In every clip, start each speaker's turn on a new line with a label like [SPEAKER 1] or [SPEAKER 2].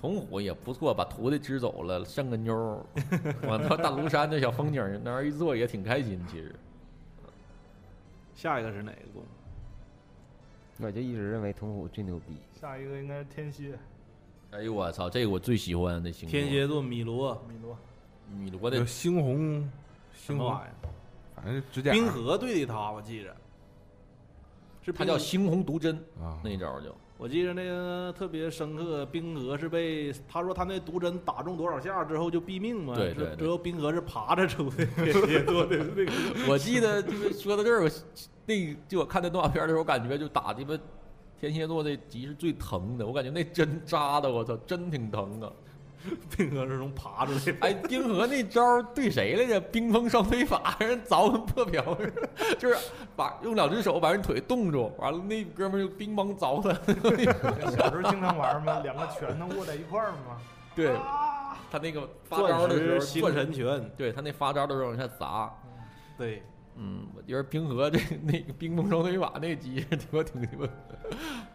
[SPEAKER 1] 铜虎也不错，把徒弟支走了，剩个妞儿，我到大庐山那小风景儿那儿一坐也挺开心。其实
[SPEAKER 2] 下一个是哪个宫？
[SPEAKER 3] 我就一直认为铜虎最牛逼。
[SPEAKER 4] 下一个应该是天蝎，
[SPEAKER 1] 哎呦我操，这个我最喜欢的星座
[SPEAKER 2] 天蝎座、米罗、
[SPEAKER 4] 米罗，
[SPEAKER 1] 米罗
[SPEAKER 5] 有
[SPEAKER 1] 的
[SPEAKER 5] 猩红，
[SPEAKER 2] 什
[SPEAKER 5] 猩
[SPEAKER 2] 么
[SPEAKER 5] 红，
[SPEAKER 2] 玩意
[SPEAKER 5] 反正指
[SPEAKER 2] 儿？
[SPEAKER 5] 甲
[SPEAKER 2] 冰河对的他，我记着，是
[SPEAKER 1] 他
[SPEAKER 2] 冰
[SPEAKER 1] 叫猩红毒针
[SPEAKER 5] 啊
[SPEAKER 1] 那一招就
[SPEAKER 2] 我记着那个特别深刻，冰河是被他说他那毒针打中多少下之后就毙命嘛，
[SPEAKER 1] 对
[SPEAKER 2] 之
[SPEAKER 1] 对对
[SPEAKER 2] 之后冰河是爬着出的，天蝎座的那个，
[SPEAKER 1] 我记得就是 说到这儿，我那就我看那动画片的时候，我感觉就打鸡巴天蝎座这集是最疼的，我感觉那针扎的，我操，真挺疼啊！
[SPEAKER 2] 冰河是从爬出来的。
[SPEAKER 1] 哎，冰河那招儿对谁来着？冰封双腿法，人凿跟破瓢似的，就是把用两只手把人腿冻住，完了那哥们儿就乒乓凿他。
[SPEAKER 4] 小时候经常玩嘛， 两个拳头握在一块儿嘛，
[SPEAKER 1] 对他那个发
[SPEAKER 2] 钻
[SPEAKER 1] 招的时
[SPEAKER 2] 石
[SPEAKER 1] 候，
[SPEAKER 2] 星
[SPEAKER 1] 钻
[SPEAKER 2] 辰拳，
[SPEAKER 1] 对他那发招的时候往下砸。
[SPEAKER 2] 对，
[SPEAKER 1] 嗯，我觉得冰河这那个冰封双腿法那集是他妈挺他妈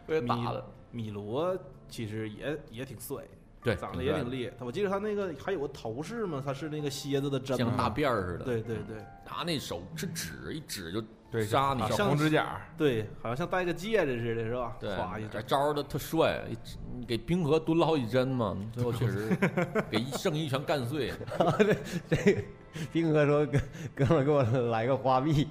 [SPEAKER 1] 被打的。
[SPEAKER 2] 米罗其实也也挺帅，
[SPEAKER 1] 对
[SPEAKER 2] 长得也挺厉害。他我记得他那个还有个头饰嘛，他是那个蝎子的针
[SPEAKER 1] 像
[SPEAKER 2] 嘛，
[SPEAKER 1] 大辫儿似的。
[SPEAKER 2] 对对对
[SPEAKER 1] 拿那手是指一指就
[SPEAKER 5] 对
[SPEAKER 1] 扎你
[SPEAKER 5] 打
[SPEAKER 1] 小
[SPEAKER 5] 小
[SPEAKER 2] 啊像
[SPEAKER 5] 红指甲，
[SPEAKER 2] 对，好像像戴个戒指似的，是吧？
[SPEAKER 1] 对
[SPEAKER 2] 咵一，
[SPEAKER 1] 这
[SPEAKER 2] 整，
[SPEAKER 1] 招儿的特帅，一指你给冰河蹲了好几针嘛，最后确实给一圣一拳干碎。
[SPEAKER 3] 这这，兵哥说：“哥哥们儿，给我来个花臂。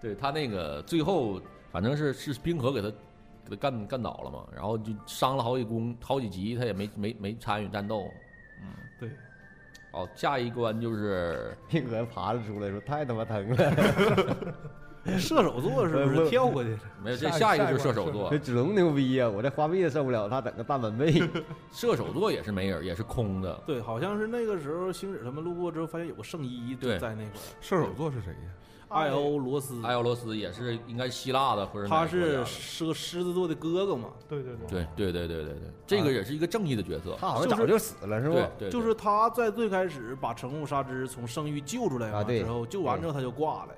[SPEAKER 1] 对他那个最后反正是是冰河给他给他干干倒了嘛，然后就伤了好几攻好几集，他也没没没参与战斗。嗯
[SPEAKER 2] 对，
[SPEAKER 1] 哦，下一关就是”
[SPEAKER 3] 兵哥爬着出来说：“太他妈疼了，
[SPEAKER 2] 射手座是不是跳过去了？
[SPEAKER 1] 没有这
[SPEAKER 4] 下
[SPEAKER 1] 下
[SPEAKER 4] 一
[SPEAKER 1] 一
[SPEAKER 4] 个
[SPEAKER 1] 个就是
[SPEAKER 4] 下
[SPEAKER 1] 射
[SPEAKER 4] 一个
[SPEAKER 1] 手座
[SPEAKER 3] 这，子龙牛逼呀！我这花臂也受不了，他整个大满背。
[SPEAKER 1] 射手座也是没人，也是空的。
[SPEAKER 2] 对，好像是那个时候星矢他们路过之后，发现有个圣衣就
[SPEAKER 1] 对
[SPEAKER 2] 在那块
[SPEAKER 5] 射手座是谁呀？
[SPEAKER 2] 儿，
[SPEAKER 3] 哎
[SPEAKER 2] 艾
[SPEAKER 4] 啊
[SPEAKER 2] 欧罗斯，
[SPEAKER 1] 埃俄罗斯也是应该希腊的或者哪
[SPEAKER 2] 嗯他
[SPEAKER 1] 个国家
[SPEAKER 2] 是
[SPEAKER 1] 的
[SPEAKER 2] 狮狮子座的哥哥嘛，
[SPEAKER 4] 对对对，
[SPEAKER 1] 对对对对对对，这个也是一个正义的角色。
[SPEAKER 3] 他好像早就死了，是不
[SPEAKER 1] 对？对，
[SPEAKER 2] 就是他在最开始把神户纱织从圣域救出来
[SPEAKER 3] 啊
[SPEAKER 2] 嘛，
[SPEAKER 3] 对
[SPEAKER 2] 之后救完之后他就挂了，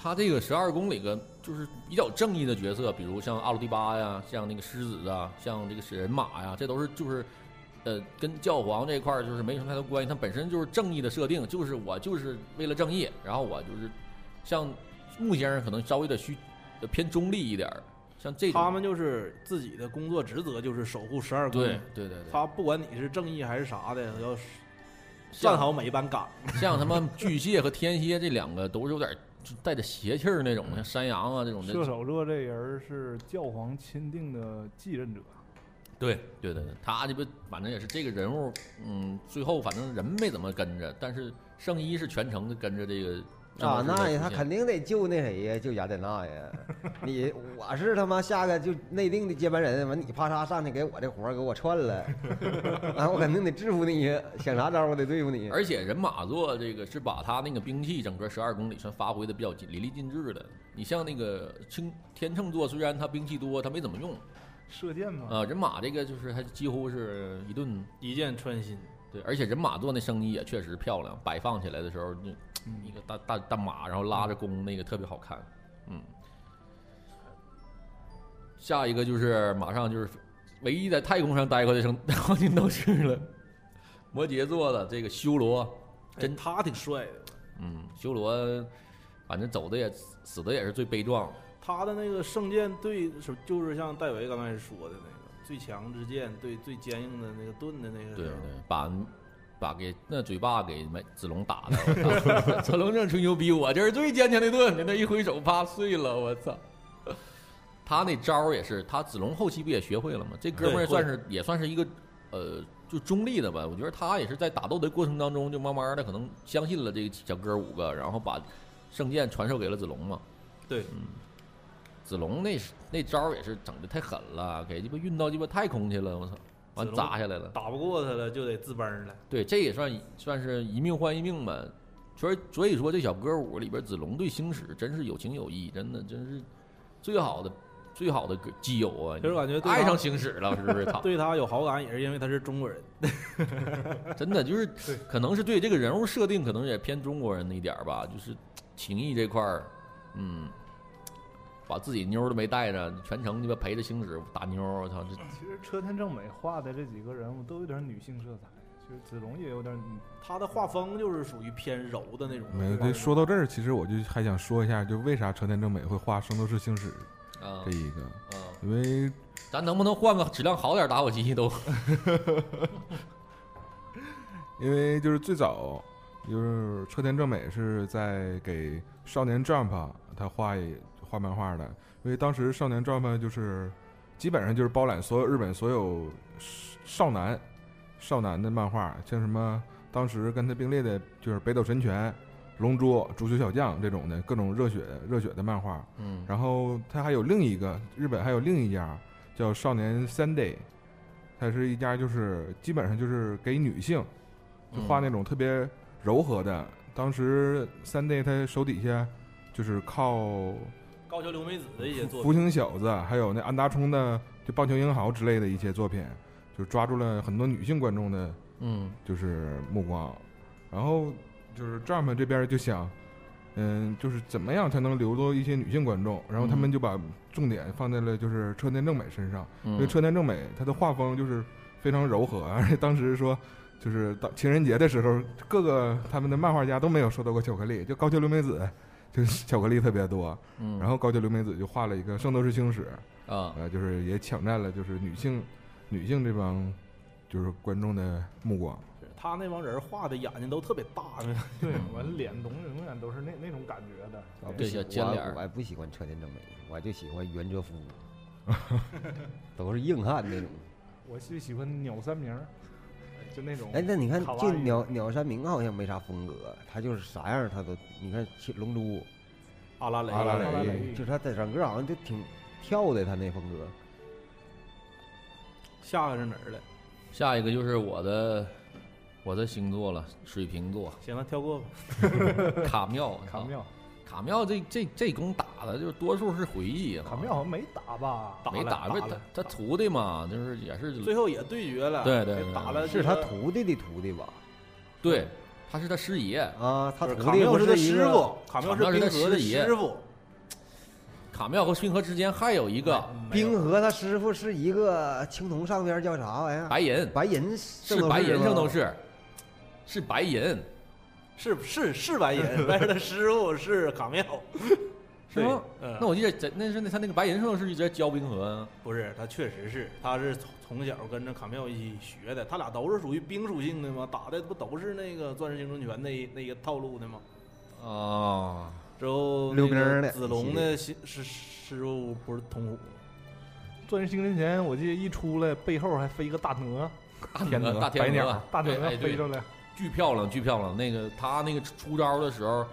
[SPEAKER 1] 他这个十二宫里个就是比较正义的角色，比如像阿鲁迪巴呀，像那个狮子啊，像这个人马呀，这都是就是，呃，跟教皇这一块儿就是没什么太多关系。他本身就是正义的设定，就是我就是为了正义，然后我就是像木先生可能稍微的虚呃偏中立一点儿，像这
[SPEAKER 2] 他
[SPEAKER 1] 种
[SPEAKER 2] 们就是自己的工作职责就是守护十二宫，
[SPEAKER 1] 对对对对，
[SPEAKER 2] 他不管你是正义还是啥的，要是
[SPEAKER 1] 像
[SPEAKER 2] 站好每一班岗。
[SPEAKER 1] 像他妈巨蟹和天蝎这两个都是有点儿就带着邪气儿那种，像山羊啊这种的
[SPEAKER 4] 射手座这人是教皇钦定的继任者，
[SPEAKER 1] 对对对对，他这不反正也是这个人物，嗯，最后反正人没怎么跟着，但是圣衣是全程的跟着这个
[SPEAKER 3] 啊，那
[SPEAKER 1] 也
[SPEAKER 3] 也他肯定得救那谁呀，救雅典娜呀！你我是他妈下个就内定的接班人，完你啪嚓上去给我这活儿给我串了，啊，我肯定得制服你，想啥招我得对付你。
[SPEAKER 1] 而且人马座这个是把他那个兵器整个十二宫里算发挥的比较尽淋漓尽致的。你像那个青天秤座，虽然他兵器多，他没怎么用
[SPEAKER 4] 射箭嘛，
[SPEAKER 1] 啊、人马这个就是他几乎是一顿
[SPEAKER 2] 一箭穿心，
[SPEAKER 1] 对，而且人马座那圣衣也确实漂亮，摆放起来的时候，那一
[SPEAKER 4] 嗯
[SPEAKER 1] 个大大大马，然后拉着弓，那个特别好看。嗯，下一个就是马上就是唯一在太空上待过的 圣黄金斗士了，摩羯座的这个修罗，真
[SPEAKER 2] 真哎他挺帅的。
[SPEAKER 1] 嗯，修罗，反正走的也死的也是最悲壮。
[SPEAKER 2] 他的那个圣剑对是就是像戴维刚开始说的那个最强之剑对最坚硬的那个盾的那个
[SPEAKER 1] 对对
[SPEAKER 2] 时候，，
[SPEAKER 1] 把把给那嘴巴给麦子龙打的， 子龙正吹牛逼，我这是最坚强的盾，那一挥手啪碎了，我操！他那招儿也是，他子龙后期不也学会了吗？这哥们儿
[SPEAKER 2] 对
[SPEAKER 1] 算是也算是一个呃，就中立的吧。我觉得他也是在打斗的过程当中，就慢慢的可能相信了这个小哥五个，然后把圣剑传授给了子龙嘛。嗯
[SPEAKER 2] 对
[SPEAKER 1] 子龙那是那招儿也是整的太狠了，给鸡巴运到鸡巴太空去了，我操！完
[SPEAKER 2] 子龙
[SPEAKER 1] 砸下来了。
[SPEAKER 2] 打不过他了就得自崩了。
[SPEAKER 1] 对，这也算算是一命换一命吧。所以所以说，这小歌舞里边，子龙对星矢真是有情有义，真的真是最好的最好的歌基友啊！
[SPEAKER 2] 其实感觉对他
[SPEAKER 1] 爱上星矢了，是不是？操，
[SPEAKER 2] 对他有好感也是因为他是中国人，
[SPEAKER 1] 真的就是可能是对这个人物设定，可能也偏中国人一点儿吧，就是情谊这块儿，嗯。把自己妞儿都没带着，全程鸡巴陪着星矢打妞儿，我操，这
[SPEAKER 4] 其实车田正美画的这几个人物都有点女性色彩，就是子龙也有点嗯女，
[SPEAKER 2] 他的画风就是属于偏柔的那种。
[SPEAKER 5] 没有，这说到这儿，其实我就还想说一下，就为啥车田正美会画《圣斗士星矢》
[SPEAKER 1] 啊
[SPEAKER 5] 这一个，
[SPEAKER 1] 啊，
[SPEAKER 5] 因为
[SPEAKER 1] 咱能不能换个质量好点儿打火机都？
[SPEAKER 5] 因为就是最早就是车田正美是在给《少年 Jump》他画一画漫画的，因为当时《少年 Jump》就是基本上就是包揽所有日本所有少少男少男的漫画，像什么当时跟他并列的就是《北斗神拳》《龙珠》《足球小将》这种的各种热血热血的漫画。
[SPEAKER 1] 嗯，
[SPEAKER 5] 然后它还有另一个日本还有另一家叫少年 Sunday，它是一家就是基本上就是给女性，就
[SPEAKER 2] 嗯
[SPEAKER 5] 画那种特别柔和的。当时 Sunday 他手底下就是靠
[SPEAKER 2] 高桥留美子的一些作
[SPEAKER 5] 福
[SPEAKER 2] 品，
[SPEAKER 5] 星小子，还有那安达充的就棒球英豪之类的一些作品，就抓住了很多女性观众的
[SPEAKER 1] 嗯，
[SPEAKER 5] 就是目光，然后就是 Jump 这边就想，嗯，就是怎么样才能留住一些女性观众，然后他们
[SPEAKER 1] 嗯
[SPEAKER 5] 就把重点放在了就是车田正美身上，
[SPEAKER 1] 嗯，
[SPEAKER 5] 因为车田正美她的画风就是非常柔和， 而且当时说。就是当情人节的时候，各个他们的漫画家都没有收到过巧克力，就高桥留美子，就是 巧克力特别多。
[SPEAKER 1] 嗯，
[SPEAKER 5] 然后高桥留美子就画了一个《圣斗士星矢》，
[SPEAKER 1] 啊，
[SPEAKER 5] 呃，就是也抢占了就是女性女性这帮就是观众的目光。
[SPEAKER 2] 他那帮人画的眼睛都特别大，
[SPEAKER 3] 哎
[SPEAKER 4] 对，我脸永永远都是那那种感觉的。
[SPEAKER 3] 我啊不
[SPEAKER 1] 对
[SPEAKER 3] 喜
[SPEAKER 1] 小尖脸儿
[SPEAKER 3] 我我不喜欢车田正美，我就喜欢袁哲夫， 都是硬汉那种。
[SPEAKER 4] 我就喜欢鸟三明儿，就那种。
[SPEAKER 3] 哎，那你看
[SPEAKER 4] 卡哇
[SPEAKER 3] 这
[SPEAKER 4] 伊
[SPEAKER 3] 鸟鸟山明好像没啥风格，他就是啥样儿他都，你看《龙珠》，哎
[SPEAKER 2] 阿拉蕾，
[SPEAKER 5] 阿拉蕾
[SPEAKER 4] 阿拉蕾
[SPEAKER 3] 就是他在整个好像就挺跳的，他那风格。
[SPEAKER 2] 下个是哪儿的？
[SPEAKER 1] 下一个就是我的我的星座了，水瓶座，
[SPEAKER 2] 行了，跳过吧。
[SPEAKER 1] 卡妙，啊
[SPEAKER 4] 卡妙，
[SPEAKER 1] 卡妙这这这弓打的就多数是回忆啊，
[SPEAKER 4] 卡妙好像没打吧？
[SPEAKER 2] 打
[SPEAKER 1] 没
[SPEAKER 2] 了
[SPEAKER 1] 打
[SPEAKER 2] 打
[SPEAKER 1] 不是
[SPEAKER 2] 了
[SPEAKER 1] 他他徒弟嘛，就是也是
[SPEAKER 2] 最后也对决了，
[SPEAKER 1] 对对对对
[SPEAKER 2] 打了
[SPEAKER 3] 是
[SPEAKER 2] 这
[SPEAKER 3] 他
[SPEAKER 2] 个
[SPEAKER 3] 徒弟的徒弟吧？
[SPEAKER 1] 对，他是他师爷，
[SPEAKER 3] 啊，他
[SPEAKER 2] 哎不是
[SPEAKER 3] 徒
[SPEAKER 2] 卡
[SPEAKER 3] 弟
[SPEAKER 2] 缪
[SPEAKER 3] 不
[SPEAKER 2] 是他
[SPEAKER 3] 一
[SPEAKER 2] 师
[SPEAKER 3] 个
[SPEAKER 2] 傅，卡缪
[SPEAKER 1] 缪是
[SPEAKER 2] 是冰
[SPEAKER 1] 他
[SPEAKER 2] 河的
[SPEAKER 1] 师爷
[SPEAKER 2] 师傅，
[SPEAKER 1] 卡妙和冰河之间嗯还有一个
[SPEAKER 3] 冰河他师傅是一个青铜上边叫啥玩意儿？
[SPEAKER 1] 白银，
[SPEAKER 3] 白银圣
[SPEAKER 1] 是
[SPEAKER 3] 斗
[SPEAKER 1] 白
[SPEAKER 3] 士
[SPEAKER 1] 银
[SPEAKER 3] 吗
[SPEAKER 1] 圣斗士，是白银，
[SPEAKER 2] 是是是白银，但是他师傅是 卡缪，
[SPEAKER 1] 是吗？
[SPEAKER 2] 对嗯
[SPEAKER 1] 那我记得在那是那他那个白银圣斗士一直在教冰河啊，
[SPEAKER 2] 不是他确实是，他是从从小跟着卡缪一起学的，他俩都是属于冰属性的嘛，打的不都是那个钻石青春拳那那个套路的吗？
[SPEAKER 1] 啊哦，
[SPEAKER 2] 之后
[SPEAKER 3] 溜冰
[SPEAKER 2] 那个
[SPEAKER 3] 儿的
[SPEAKER 2] 子龙的师师师傅不是童虎，
[SPEAKER 4] 钻石星辰前，我记得一出来背后还飞一个大鹅，
[SPEAKER 1] 大
[SPEAKER 5] 天
[SPEAKER 1] 鹅
[SPEAKER 5] 鹅
[SPEAKER 1] 呃大
[SPEAKER 4] 白
[SPEAKER 1] 天
[SPEAKER 4] 鸟
[SPEAKER 1] 鹅，，
[SPEAKER 4] 大
[SPEAKER 1] 对
[SPEAKER 4] 鹅
[SPEAKER 1] 哎
[SPEAKER 4] 飞
[SPEAKER 1] 对
[SPEAKER 4] 着来，
[SPEAKER 1] 巨漂亮巨漂亮，那个他那个出招的时候。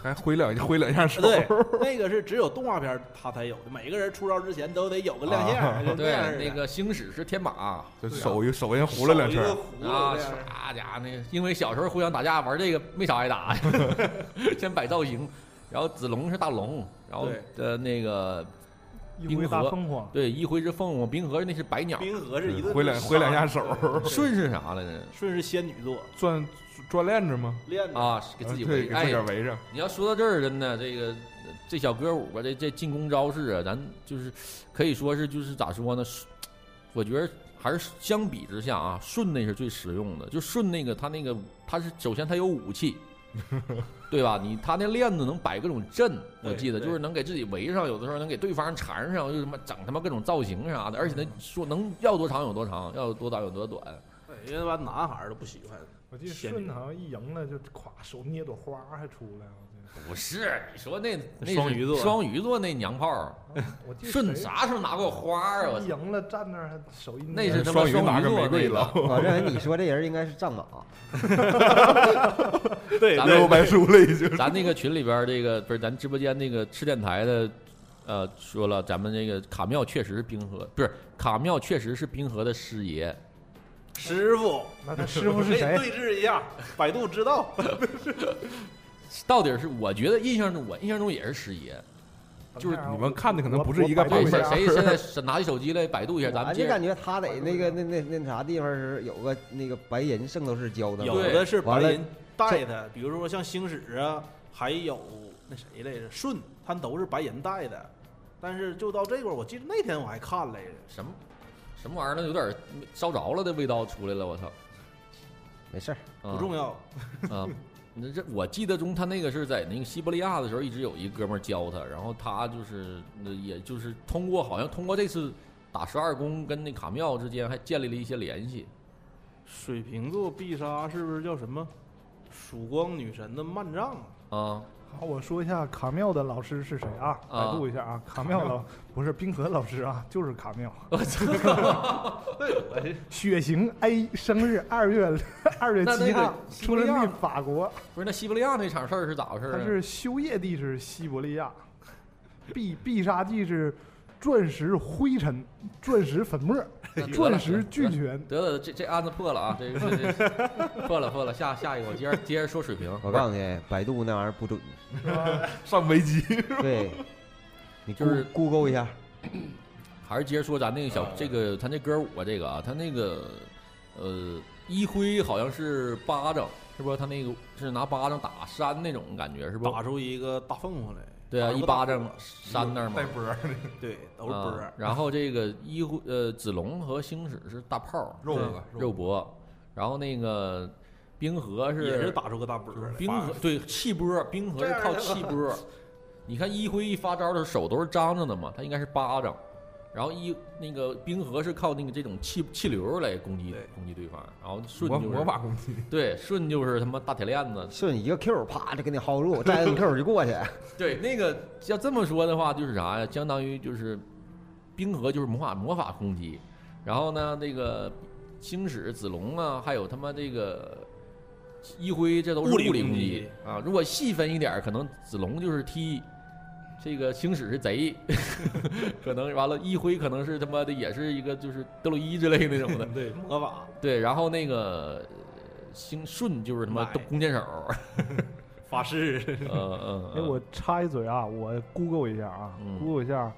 [SPEAKER 5] 还挥两挥两下手，
[SPEAKER 2] 对，那个是只有动画片他才有的，每个人出招之前都得有个亮
[SPEAKER 5] 啊
[SPEAKER 2] 相，就
[SPEAKER 1] 对
[SPEAKER 2] 样似，的
[SPEAKER 1] 那个星矢是天马，
[SPEAKER 5] 就
[SPEAKER 2] 啊
[SPEAKER 5] 手一手人糊了两
[SPEAKER 2] 手一
[SPEAKER 5] 圈
[SPEAKER 2] 个，葫芦
[SPEAKER 1] 啊，
[SPEAKER 2] 这样
[SPEAKER 1] 唰家伙那个，因为小时候互相打架玩这个没啥挨打， 先摆造型，然后子龙是大龙，然后
[SPEAKER 2] 对
[SPEAKER 1] 呃那个
[SPEAKER 4] 一挥
[SPEAKER 1] 冰
[SPEAKER 4] 大
[SPEAKER 1] 河
[SPEAKER 4] 疯狂。
[SPEAKER 1] 对一辉是凤凰，冰河那是白鸟，
[SPEAKER 2] 冰河是一顿
[SPEAKER 5] 挥两挥两下手，
[SPEAKER 1] 顺是啥来着？
[SPEAKER 2] 顺是仙女座
[SPEAKER 5] 转转链子吗？
[SPEAKER 2] 练的，
[SPEAKER 1] 啊，给自己围。
[SPEAKER 5] 啊对给自
[SPEAKER 1] 哎
[SPEAKER 5] 己，围上。
[SPEAKER 1] 你要说到这儿，真的这个这小歌舞吧，这这进攻招式啊，咱就是可以说是就是咋说呢？是我觉得还是相比之下啊，顺那是最实用的。就顺那个他那个他是首先他有武 器，对吧？你他那链子能摆各种阵，我
[SPEAKER 2] 对
[SPEAKER 1] 记得
[SPEAKER 2] 对
[SPEAKER 1] 就是能给自己围上，有的时候能给对方缠上，又什么整他妈各种造型啥的，而且他说能要多长有多长，要多短有多短。
[SPEAKER 2] 对因为完男孩儿都不喜欢。
[SPEAKER 4] 我记得
[SPEAKER 2] 仙
[SPEAKER 4] 顺
[SPEAKER 2] 女
[SPEAKER 4] 好像一赢了就咵手捏朵花儿还出来，我
[SPEAKER 1] 不是，你说那那是
[SPEAKER 2] 双鱼座
[SPEAKER 1] 双鱼座那娘炮儿，
[SPEAKER 4] 记得。啊我记得
[SPEAKER 1] 顺
[SPEAKER 4] 谁
[SPEAKER 1] 啥时候拿过花儿啊？我操
[SPEAKER 4] 一赢了站那儿还手一
[SPEAKER 1] 那
[SPEAKER 4] 捏
[SPEAKER 1] 是他妈
[SPEAKER 5] 双鱼拿个
[SPEAKER 1] 座
[SPEAKER 5] 玫瑰
[SPEAKER 1] 那个
[SPEAKER 5] 了，
[SPEAKER 3] 我认为你说这人应该是战马，
[SPEAKER 2] 对
[SPEAKER 1] 咱
[SPEAKER 5] 然后
[SPEAKER 1] 们
[SPEAKER 5] 白输了已经。
[SPEAKER 1] 咱那个群里边儿这个不是咱直播间那个吃电台的，呃，说了咱们这个卡妙确实是冰河，不是卡妙确实是冰河的师爷，
[SPEAKER 2] 师傅，
[SPEAKER 4] 那他师傅
[SPEAKER 2] 可
[SPEAKER 4] 是
[SPEAKER 2] 以
[SPEAKER 1] 哎
[SPEAKER 4] 谁？
[SPEAKER 2] 对峙一下，百度知道。
[SPEAKER 1] 到底是我觉得印象中我印象中也是师爷，
[SPEAKER 5] 就是
[SPEAKER 4] 等一下啊
[SPEAKER 5] 你
[SPEAKER 4] 我
[SPEAKER 5] 们看的可能
[SPEAKER 4] 我
[SPEAKER 5] 不是一个
[SPEAKER 4] 我百
[SPEAKER 5] 版
[SPEAKER 1] 谁
[SPEAKER 4] 度
[SPEAKER 5] 本
[SPEAKER 1] 谁
[SPEAKER 4] 一下
[SPEAKER 1] 谁
[SPEAKER 4] 啊
[SPEAKER 1] 现在是拿起手机来百度一啊 下，咱
[SPEAKER 3] 我
[SPEAKER 1] 们
[SPEAKER 3] 就
[SPEAKER 1] 接
[SPEAKER 3] 感
[SPEAKER 1] 着
[SPEAKER 3] 觉他得那个那那那啥地方是有个那个白银圣斗士教的，
[SPEAKER 2] 有
[SPEAKER 1] 对
[SPEAKER 2] 的是白
[SPEAKER 3] 完了
[SPEAKER 2] 银带的，比如说像星矢啊，还有那谁来着，顺，他们都是白银带的。但是就到这块儿，我记得那天我还看来着，
[SPEAKER 1] 什么什么玩意儿呢？有点儿烧着了的味道出来了，我操！
[SPEAKER 3] 没事儿，
[SPEAKER 1] 啊
[SPEAKER 2] 不重要。
[SPEAKER 1] 啊。那这我记得中，他那个是在那个西伯利亚的时候，一直有一哥们儿教他，然后他就是，那也就是通过好像通过这次打十二宫跟那卡妙之间还建立了一些联系。
[SPEAKER 2] 水瓶座必杀是不是叫什么？曙光女神的幔帐啊，
[SPEAKER 1] 啊，
[SPEAKER 4] 好，我说一下卡妙的老师是谁啊？
[SPEAKER 1] 啊
[SPEAKER 4] 百度一下啊，卡妙老不是冰河老师啊，就是卡妙。
[SPEAKER 3] 哦
[SPEAKER 2] 我这
[SPEAKER 4] 血型 A，生日二月二月
[SPEAKER 1] 那那
[SPEAKER 4] 七
[SPEAKER 1] 个
[SPEAKER 4] 号，出生地法国，
[SPEAKER 1] 不是那西伯利亚那场事儿是咋回事儿
[SPEAKER 4] 他
[SPEAKER 1] 啊？
[SPEAKER 4] 是修业地是西伯利亚，必必杀技是钻石灰尘、钻石粉末、
[SPEAKER 1] 那得了
[SPEAKER 4] 钻石俱全。
[SPEAKER 1] 得了，这这案子破了啊！这这这破了破了，下下一个我接着接着说水平。
[SPEAKER 3] 我告诉你，百度那玩意儿 不准，
[SPEAKER 5] 上维基，
[SPEAKER 3] 对，你
[SPEAKER 1] 就是
[SPEAKER 3] Google 一下，
[SPEAKER 1] 还是接着说咱那个小、
[SPEAKER 2] 嗯
[SPEAKER 1] 这个他那歌舞啊，这个啊，他那个呃一辉好像是巴掌，是不？他那个是拿巴掌打山那种感觉，是不
[SPEAKER 2] 打？出一个大缝缝来。
[SPEAKER 1] 对啊，
[SPEAKER 2] 打出
[SPEAKER 1] 一
[SPEAKER 2] 个
[SPEAKER 1] 巴
[SPEAKER 2] 大缝
[SPEAKER 1] 掌扇那儿嘛
[SPEAKER 5] 带。波儿
[SPEAKER 2] 对，都是波
[SPEAKER 1] 啊
[SPEAKER 2] 儿，。
[SPEAKER 1] 然后这个一辉呃子龙和星矢是大炮
[SPEAKER 5] 肉
[SPEAKER 1] 对
[SPEAKER 5] 搏
[SPEAKER 1] 肉搏，然后那个冰河是
[SPEAKER 2] 也是打出个大波儿来。
[SPEAKER 1] 冰河对气波，冰河是靠气波。你看一辉一发招的时候手都是张着的嘛，他应该是巴掌，然后一那个冰河是靠那个这种气气流来攻击
[SPEAKER 2] 对
[SPEAKER 1] 攻击对方，然后顺
[SPEAKER 5] 魔
[SPEAKER 1] 就是
[SPEAKER 5] 魔法攻击，
[SPEAKER 1] 对顺就是他妈大铁链子，
[SPEAKER 3] 顺一个 Q，啪就给你薅住，再摁 Q 就过去。
[SPEAKER 1] 对那个要这么说的话就是啥呀？相当于就是冰河就是魔法魔法攻击，然后呢那个星矢子龙啊，还有他妈这个一辉，这都是
[SPEAKER 2] 物理
[SPEAKER 1] 物理
[SPEAKER 2] 攻
[SPEAKER 1] 攻
[SPEAKER 2] 击，
[SPEAKER 1] 击啊。如果细分一点儿，可能子龙就是踢，这个星矢是贼，可能完了一辉可能是他妈的也是一个就是德鲁伊之类那种的
[SPEAKER 2] 对魔法
[SPEAKER 1] 对。然后那个呃星顺就是他妈
[SPEAKER 2] 买
[SPEAKER 1] 动弓箭手，
[SPEAKER 2] 法师，
[SPEAKER 1] 嗯嗯
[SPEAKER 4] 哎，
[SPEAKER 1] 嗯，
[SPEAKER 4] 我插一嘴啊，我 Google 一下啊
[SPEAKER 1] 嗯
[SPEAKER 4] ，Google 一下，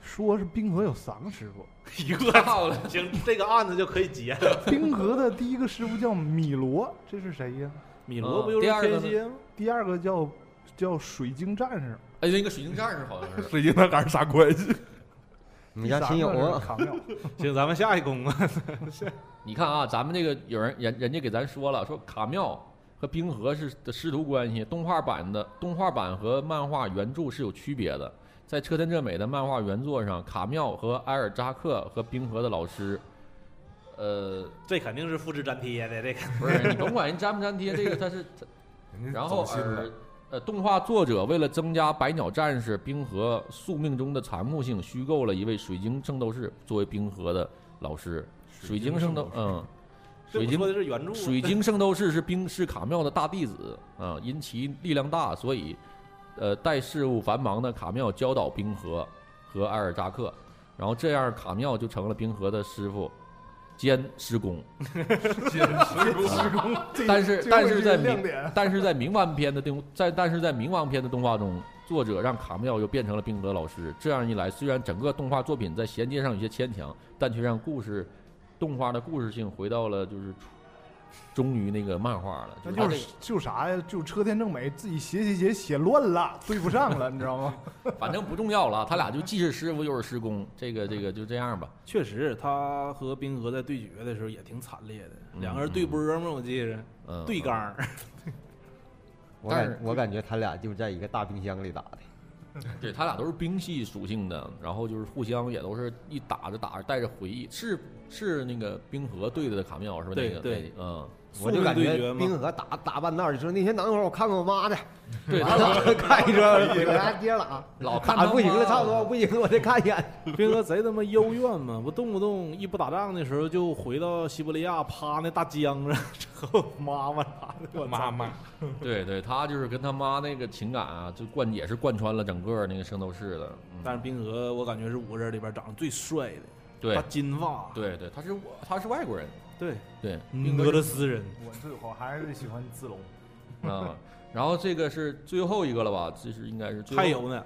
[SPEAKER 4] 说是冰河有三个师傅，
[SPEAKER 2] 一个到了，行，这个案子就可以结了。
[SPEAKER 4] 冰河的第一个师傅叫米罗，这是谁呀？
[SPEAKER 2] 米罗
[SPEAKER 1] 嗯
[SPEAKER 2] 不就是
[SPEAKER 1] 第二个
[SPEAKER 2] 天
[SPEAKER 1] 呢
[SPEAKER 2] 蝎吗？
[SPEAKER 4] 第二个叫叫水晶战士，
[SPEAKER 1] 哎那个水晶战士好像是。
[SPEAKER 5] 水晶那杆儿啥 关系？
[SPEAKER 3] 你家
[SPEAKER 4] 第
[SPEAKER 3] 亲
[SPEAKER 4] 三
[SPEAKER 3] 友
[SPEAKER 4] 个是
[SPEAKER 3] 啊，
[SPEAKER 4] 卡妙，
[SPEAKER 2] 行，咱们下一公啊，
[SPEAKER 1] 你看啊，咱们这个有人人人家给咱说了，说卡妙和冰河是的师徒关系，动画版的动画版和漫画原著是有区别的。在车田正美的漫画原作上，卡妙和埃尔扎克和冰河的老师，呃，
[SPEAKER 2] 这肯定是复制粘贴的，这个
[SPEAKER 1] 不是你甭管人粘不粘贴，这个他 是他然后而呃，动画作者为了增加百鸟战士冰河宿命中的残酷性，虚构了一位水晶圣斗士作为冰河的老师。水晶圣斗，嗯，
[SPEAKER 2] 这
[SPEAKER 1] 水
[SPEAKER 2] 不
[SPEAKER 1] 晶
[SPEAKER 2] 说的是原著吗，啊
[SPEAKER 1] 水 晶圣斗士是冰是卡妙的大弟子啊，因其力量大，所以呃，待事务繁忙的卡妙教导冰河和埃尔扎克，然后这样卡妙就成了冰河的师傅兼师公。
[SPEAKER 4] 啊这
[SPEAKER 1] 啊但是
[SPEAKER 4] 这
[SPEAKER 1] 但
[SPEAKER 4] 会
[SPEAKER 1] 是
[SPEAKER 4] 是
[SPEAKER 1] 在啊
[SPEAKER 4] 亮
[SPEAKER 1] 明
[SPEAKER 4] 点。
[SPEAKER 1] 但是在冥王篇的动在但是在冥王篇的动画中，作者让卡妙又变成了冰河老师。这样一来，虽然整个动画作品在衔接上有些牵强，但却让故事动画的故事性回到了就是忠于那个漫画了。
[SPEAKER 4] 那
[SPEAKER 1] 是它
[SPEAKER 4] 就
[SPEAKER 1] 这
[SPEAKER 4] 是就啥呀？就车田正美自己写写写写乱了，对不上了，你知道吗？
[SPEAKER 1] 反正不重要了，他俩就既是师傅又是师公，这个这个就这样吧。
[SPEAKER 2] 确实，他和冰河在对决的时候也挺惨烈的，
[SPEAKER 1] 嗯
[SPEAKER 2] 两个人对波儿嘛，我记着
[SPEAKER 1] 嗯，
[SPEAKER 2] 对刚儿，
[SPEAKER 3] 我
[SPEAKER 1] 但是
[SPEAKER 3] 感我感觉他俩就是在一个大冰箱里打的。
[SPEAKER 1] 对他俩都是冰系属性的，然后就是互相也都是一打着打着带着回忆，是是那个冰河对的卡妙是吧？
[SPEAKER 2] 对
[SPEAKER 1] 那个
[SPEAKER 2] 对，
[SPEAKER 1] 那 嗯，
[SPEAKER 3] 我就感
[SPEAKER 2] 宿命对
[SPEAKER 3] 觉
[SPEAKER 2] 决
[SPEAKER 3] 冰
[SPEAKER 2] 嘛，
[SPEAKER 3] 河打打半道儿就说那天等一会儿我看看我妈的，
[SPEAKER 1] 对他
[SPEAKER 3] 完
[SPEAKER 1] 俩
[SPEAKER 3] 了看一桌回来接着打，
[SPEAKER 1] 老看他
[SPEAKER 3] 打
[SPEAKER 1] 妈
[SPEAKER 3] 不行了，差不多不行了，我再看 一眼。
[SPEAKER 2] 冰河贼他妈幽怨嘛，不动不动一不打仗的时候就回到西伯利亚趴那大江上， 之后妈妈啥的，我操
[SPEAKER 5] 妈妈
[SPEAKER 1] 对对，他就是跟他妈那个情感啊，就贯也是贯穿了整个那个圣斗士的。嗯，
[SPEAKER 2] 但是冰河我感觉是五个人里边长得最帅的，
[SPEAKER 1] 对
[SPEAKER 2] 大金发，
[SPEAKER 1] 对嗯对，他是我他是外国人，
[SPEAKER 2] 对，
[SPEAKER 1] 对，冰
[SPEAKER 2] 俄
[SPEAKER 1] 河
[SPEAKER 2] 罗斯人，
[SPEAKER 4] 我最我还是喜欢子龙，
[SPEAKER 1] 啊。然后这个是最后一个了吧？这是应该是最后
[SPEAKER 2] 还有啊呢，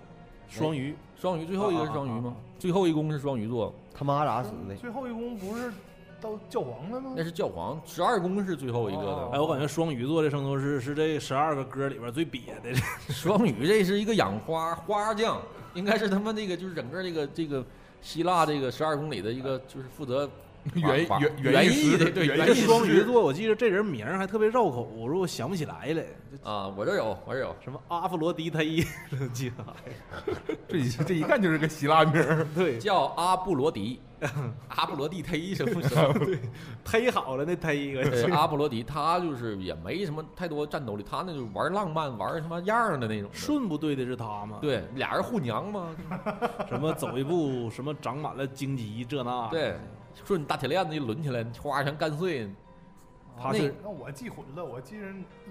[SPEAKER 2] 双鱼，
[SPEAKER 1] 双鱼，最后一个是双鱼吗？最后一宫是双鱼座。
[SPEAKER 3] 他妈咋死的？
[SPEAKER 4] 最后一宫不是到教皇了吗？
[SPEAKER 1] 那是教皇，十二宫是最后一个
[SPEAKER 4] 哦
[SPEAKER 1] 的。
[SPEAKER 2] 哎，我感觉双鱼座这圣斗士是这十二个歌里边最瘪的这
[SPEAKER 1] 双鱼这是一个养花花匠，应该是他们那个就是整个这个这个希腊这个十二宫里的一个就是负责
[SPEAKER 5] 园
[SPEAKER 1] 玩
[SPEAKER 5] 园
[SPEAKER 1] 园
[SPEAKER 5] 艺
[SPEAKER 1] 艺
[SPEAKER 5] 师
[SPEAKER 1] 的对
[SPEAKER 5] 园
[SPEAKER 1] 园
[SPEAKER 5] 艺
[SPEAKER 2] 这
[SPEAKER 1] 艺
[SPEAKER 5] 师
[SPEAKER 2] 双鱼座，我记得这人名儿还特别绕口，我说我想不起来了，这
[SPEAKER 1] 啊，我这儿有我这儿有，
[SPEAKER 2] 什么阿弗罗狄忒， 这记得
[SPEAKER 5] 这一这一看就是个希腊名儿，
[SPEAKER 2] 对，
[SPEAKER 1] 叫阿布罗迪，阿布罗蒂忒什么什么。
[SPEAKER 2] 忒好了那忒，我
[SPEAKER 1] 对，阿波罗迪他就是也没什么太多战斗力，他那就是玩浪漫、玩什么样儿的那种的。
[SPEAKER 2] 顺不对的是他嘛，
[SPEAKER 1] 对，俩人互娘嘛，
[SPEAKER 2] 什么走一步，什么长满了荆棘，这那，
[SPEAKER 1] 对，顺大铁链子一抡起来，花全干碎。
[SPEAKER 2] 他
[SPEAKER 1] 那
[SPEAKER 2] 是
[SPEAKER 4] 啊那我记混了，我记着